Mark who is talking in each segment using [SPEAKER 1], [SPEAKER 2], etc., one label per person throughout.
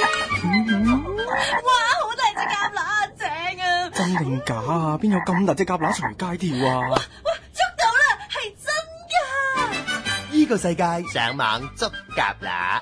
[SPEAKER 1] 哇，好大隻蛤乸，正啊！
[SPEAKER 2] 真定假啊？邊有咁大隻蛤乸隨街跳啊？
[SPEAKER 1] 哇，捉到啦，係真㗎！
[SPEAKER 3] 呢個世界
[SPEAKER 4] 上網捉蛤乸，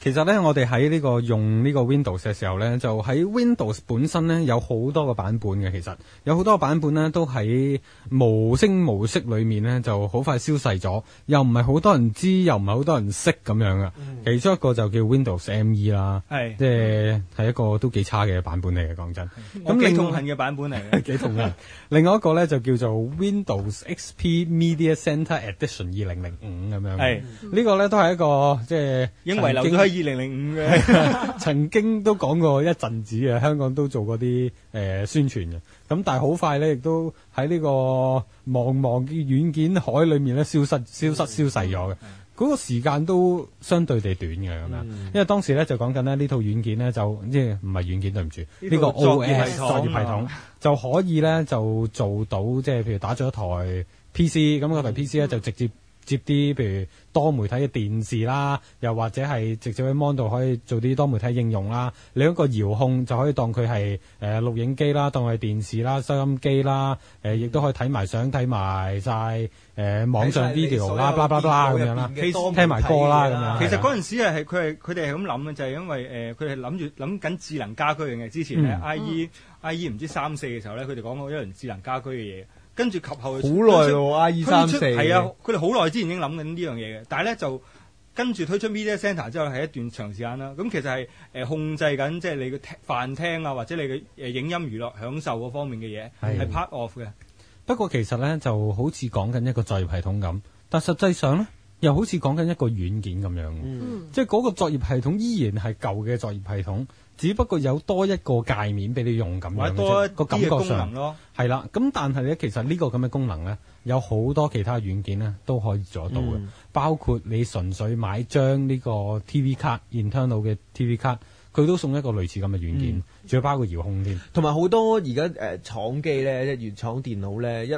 [SPEAKER 5] 其實咧，我哋喺呢個用呢個 Windows 嘅時候咧，就喺 Windows 本身咧有好多個版本嘅。其實有好多個版本咧都喺無聲無息裏面咧就好快消逝咗，又唔係好多人知，又唔係好多人識咁樣嘅。
[SPEAKER 6] 嗯
[SPEAKER 5] 其中一個就叫 Windows ME 啦，
[SPEAKER 6] 係
[SPEAKER 5] 即係係一個都幾差嘅版本嚟嘅。講真，
[SPEAKER 6] 嗯我幾
[SPEAKER 5] 另
[SPEAKER 6] 痛恨嘅版本嚟 嘅。
[SPEAKER 5] 幾痛啊！另外一個咧就叫做 Windows XP Media Center Edition 二零零五咁樣。
[SPEAKER 6] 係
[SPEAKER 3] 嗯
[SPEAKER 5] 呢個咧都係一個即係
[SPEAKER 6] 已經遺留咗喺二零零五嘅。
[SPEAKER 5] 曾經都講過一陣子嘅，香港都做過啲誒、呃宣傳嘅。咁但係好快咧，亦都喺呢個茫茫嘅軟件海裡面咧消失、消失、消逝咗嘅。嗰個時間都相對地短嘅咁
[SPEAKER 6] 嗯
[SPEAKER 5] 樣，因為當時咧就講緊咧呢套軟件咧就即係唔係軟件對唔住，呢個
[SPEAKER 6] 套作業
[SPEAKER 5] OS
[SPEAKER 6] 系統嗯
[SPEAKER 5] 作業系統就可以咧就做到即係譬如打咗一台 PC，咁嗰台
[SPEAKER 6] 嗯
[SPEAKER 5] PC 咧就直接接啲譬如多媒體嘅電視啦，又或者係直接喺 mon 度可以做啲多媒體應用啦。你一個遙控就可以當佢係誒錄影機啦，當佢係電視啦、收音機啦，誒、亦都可以睇埋相、睇埋晒誒網上 video 啦、啦啦啦咁樣啦。聽埋歌啦咁樣
[SPEAKER 6] 其實嗰陣時係係佢係佢哋係咁諗嘅，就係、因為誒佢哋諗住諗緊智能家居嘅嘢。之前咧
[SPEAKER 5] 嗯
[SPEAKER 6] IE IE E 唔知三四嘅時候咧，佢哋講過一輪智能家居嘅嘢，跟住及後好
[SPEAKER 3] 好耐咯，I 二三四
[SPEAKER 6] 係啊，佢哋好耐之前已經諗緊呢樣嘢嘅，但係咧就。跟住推出 media center 之後係一段長時間啦，咁其實係誒、呃控制緊即係你嘅廳飯廳啊，或者你嘅誒影音娛樂享受嗰方面嘅嘢
[SPEAKER 5] 係
[SPEAKER 6] 係 part of 嘅。
[SPEAKER 5] 不過其實咧就好似講緊一個作業系統咁，但實際上咧又好似講緊一個軟件咁樣喎。
[SPEAKER 1] 嗯，
[SPEAKER 5] 即係嗰個作業系統依然係舊嘅作業系統，只不過有多一個界面俾你用咁
[SPEAKER 6] 或
[SPEAKER 5] 樣嘅
[SPEAKER 6] 者多一
[SPEAKER 5] 啫個感
[SPEAKER 6] 啲嘅
[SPEAKER 5] 覺
[SPEAKER 6] 功
[SPEAKER 5] 上
[SPEAKER 6] 能咯。
[SPEAKER 5] 係啦。咁但係咧，其實呢個咁嘅功能咧，有好多其他軟件咧都可以做得到
[SPEAKER 6] 嗯
[SPEAKER 5] 嘅，包括你純粹買張呢個 TV 卡 internal 嘅 TV 卡，佢都送一個類似咁嘅軟
[SPEAKER 6] 嗯
[SPEAKER 5] 件，仲要包個遙控添。
[SPEAKER 3] 同埋好多而家誒廠機咧，即係原廠電腦咧，一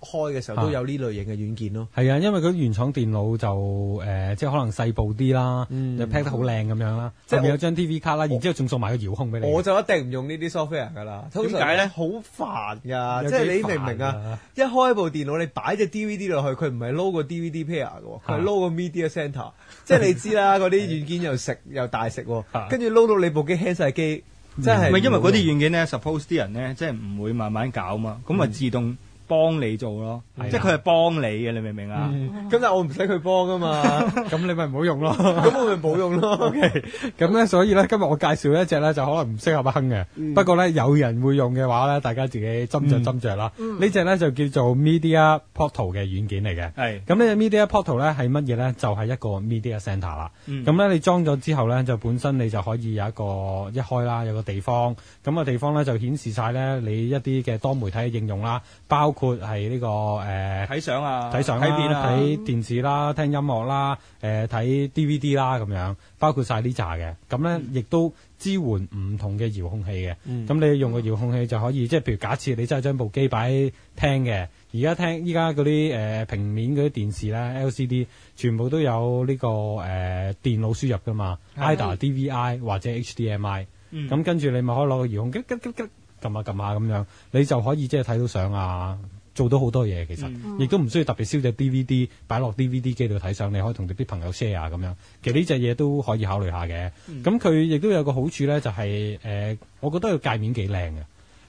[SPEAKER 3] 開嘅時候都有呢類型嘅軟件咯。
[SPEAKER 5] 係啊，因為佢原廠電腦就誒、呃即係可能細部啲啦，
[SPEAKER 3] 嗯
[SPEAKER 5] 又 pack 得好靚咁樣啦，
[SPEAKER 3] 即
[SPEAKER 5] 即
[SPEAKER 3] 係
[SPEAKER 5] 係
[SPEAKER 3] 我
[SPEAKER 5] 有張 TV 卡啦，然之後仲送埋個遙控俾你。
[SPEAKER 3] 我就一定唔用呢啲 software 㗎啦，通常
[SPEAKER 6] 點解咧
[SPEAKER 3] 好煩㗎，
[SPEAKER 5] 有
[SPEAKER 3] 即係
[SPEAKER 5] 幾
[SPEAKER 3] 你明唔
[SPEAKER 5] 煩
[SPEAKER 3] 明啊？
[SPEAKER 5] 㗎？
[SPEAKER 3] 一開部電腦，你擺隻 DVD 落去，佢唔係撈個 DVD player 嘅喎，佢係撈個 media center。即係你知啦，嗰啲軟件又 食又大食喎，
[SPEAKER 5] 啊
[SPEAKER 3] 跟住撈到你部機 hang 晒機，真係
[SPEAKER 6] 唔係因為嗰啲軟件咧，suppose 啲人咧，即係唔會慢慢搞嘛，咁咪自動幫你做咯，
[SPEAKER 5] 嗯
[SPEAKER 6] 即係佢係幫你嘅，你明唔明啊？
[SPEAKER 3] 嗯咁但係我唔使佢幫㗎嘛，
[SPEAKER 5] 咁你咪唔好用咯。
[SPEAKER 3] 咁我咪冇用咯。
[SPEAKER 5] 咁咧，所以咧，今日我介紹一隻咧，就可能唔適合亨嘅。
[SPEAKER 3] 嗯
[SPEAKER 5] 不過咧，有人會用嘅話咧，大家自己斟酌斟酌啦。呢只咧就叫做 Media Portal 嘅軟件嚟嘅。
[SPEAKER 6] 係
[SPEAKER 5] 咁呢只 Media Portal 咧係乜嘢咧？就係、一個 Media Center 啦。
[SPEAKER 6] 嗯
[SPEAKER 5] 咁咧、你裝咗之後咧，就本身你就可以有一個一開啦，有個地方。咁、個地方咧就顯示晒咧你一啲嘅多媒體嘅應用啦，包括係呢、個誒。呃
[SPEAKER 6] 睇相啊，
[SPEAKER 5] 睇相啦、
[SPEAKER 6] 睇片啊，
[SPEAKER 5] 睇電視啦、聽音樂啦、誒、睇 DVD 啦咁樣，包括晒呢扎嘅。咁咧，
[SPEAKER 6] 嗯
[SPEAKER 5] 亦都支援唔同嘅遙控器嘅。咁、你用個遙控器就可以，即係譬如假設你真係將部機擺喺廳嘅，而家聽依家嗰啲誒平面嗰啲電視咧 LCD，全部都有呢、個誒、呃、電腦輸入噶嘛，either DVI 或者 HDMI。
[SPEAKER 6] 嗯
[SPEAKER 5] 咁跟住你咪可以攞個遙控，吉吉吉吉撳下撳下咁樣，你就可以即係睇到相啊，做到好多嘢其實，亦都唔需要特別燒隻 DVD 擺落 DVD 機度睇相，你可以同你啲朋友 share 啊咁樣。其實呢隻嘢都可以考慮下嘅。咁佢亦都有個好處咧，就係、呃我覺得個界面幾靚嘅。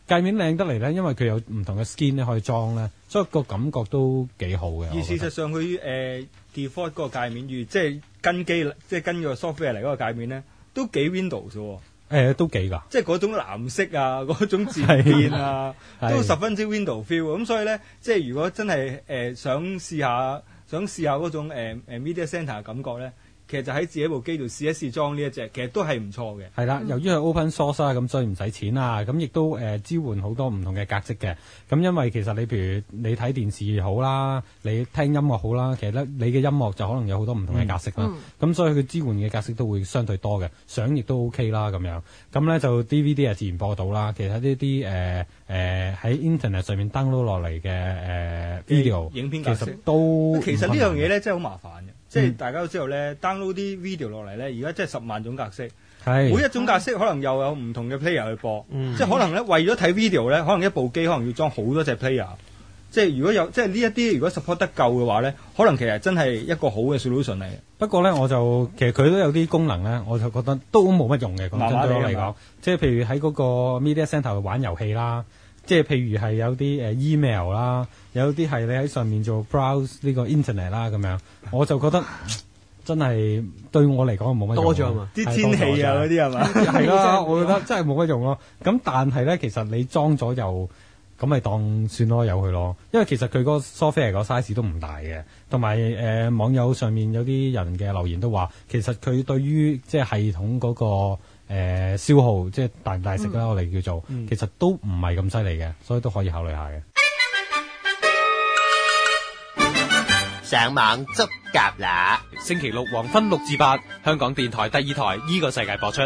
[SPEAKER 5] 界面靚得嚟咧，因為佢有唔同嘅 skin 咧可以裝咧，所以個感覺都幾好嘅。
[SPEAKER 6] 而
[SPEAKER 5] 我覺
[SPEAKER 6] 事
[SPEAKER 5] 得
[SPEAKER 6] 實上佢誒 default 嗰個界面，如即係跟機，即係跟個 software 嚟嗰個界面咧，都幾 Windows 喎。
[SPEAKER 5] 誒都幾㗎。
[SPEAKER 6] 即係嗰種藍色啊，嗰種漸變啊，
[SPEAKER 5] 係
[SPEAKER 6] 都十分之 window feel 啊咁，所以咧，即係如果真係誒、呃想試下，想試下嗰種誒、呃呃 media center 嘅感覺咧，其實就喺自己部機度試一試裝呢一隻，其實都係唔錯嘅。
[SPEAKER 5] 係啦，由於係 open source 啦，咁所以唔使錢啦，咁亦都誒、呃支援好多唔同嘅格式嘅。咁因為其實你譬如你睇電視好啦，你聽音樂好啦，其實咧你嘅音樂就可能有好多唔同嘅格式啦。咁、所以佢支援嘅格式都會相對多嘅，相亦都 OK 啦咁樣。咁咧就 DVD 係自然播到啦，其實呢啲誒誒喺 internet 上面 download 落嚟嘅誒呃 video
[SPEAKER 6] 影片
[SPEAKER 5] 其
[SPEAKER 6] 格式
[SPEAKER 5] 實都嗯
[SPEAKER 6] 其實呢樣嘢咧真係好麻煩嘅，即係大家都知道咧，download 啲 video 落嚟咧，而家真係十萬種格式，每
[SPEAKER 5] 係
[SPEAKER 6] 一種格式可能又有唔同嘅 player 去播，
[SPEAKER 3] 嗯
[SPEAKER 6] 即係可能咧為咗睇 video 咧，可能一部機可能要裝好多隻 player。即係如果有即係呢一啲如果 support 得夠嘅話咧，可能其實真係一個好嘅 solution 嚟嘅。
[SPEAKER 5] 不過咧，我就其實佢都有啲功能咧，我就覺得都冇乜用嘅。講
[SPEAKER 6] 麻麻
[SPEAKER 5] 真
[SPEAKER 6] 地
[SPEAKER 5] 對我嚟
[SPEAKER 6] 係
[SPEAKER 5] 講
[SPEAKER 6] 嘛，
[SPEAKER 5] 即係譬如喺嗰個 media centre 度玩遊戲啦，即係譬如係有啲誒 email 啦，有啲係你喺上面做 browse 呢個 internet 啦咁樣，我就 覺得真係對我嚟講冇乜用
[SPEAKER 2] 多咗係嘛
[SPEAKER 6] 啲
[SPEAKER 5] 係
[SPEAKER 6] 天氣啊
[SPEAKER 5] 多咗
[SPEAKER 6] 嗰啲係嘛？
[SPEAKER 5] 係啦，我覺得真係冇乜用咯。咁但係咧，其實你裝咗又咁咪當算咯，由佢咯。因為其實佢個 software 個 size 都唔大嘅，同埋誒網友上面有啲人嘅留言都話，其實佢對於即係系統嗰、個、呃、消耗，即係大唔大食啦，我哋叫做，其實都唔係咁犀利嘅，所以都可以考慮下嘅。
[SPEAKER 4] 上網捉蛤乸。
[SPEAKER 7] 星期六黃昏六至八，香港電台第二台依個世界播出。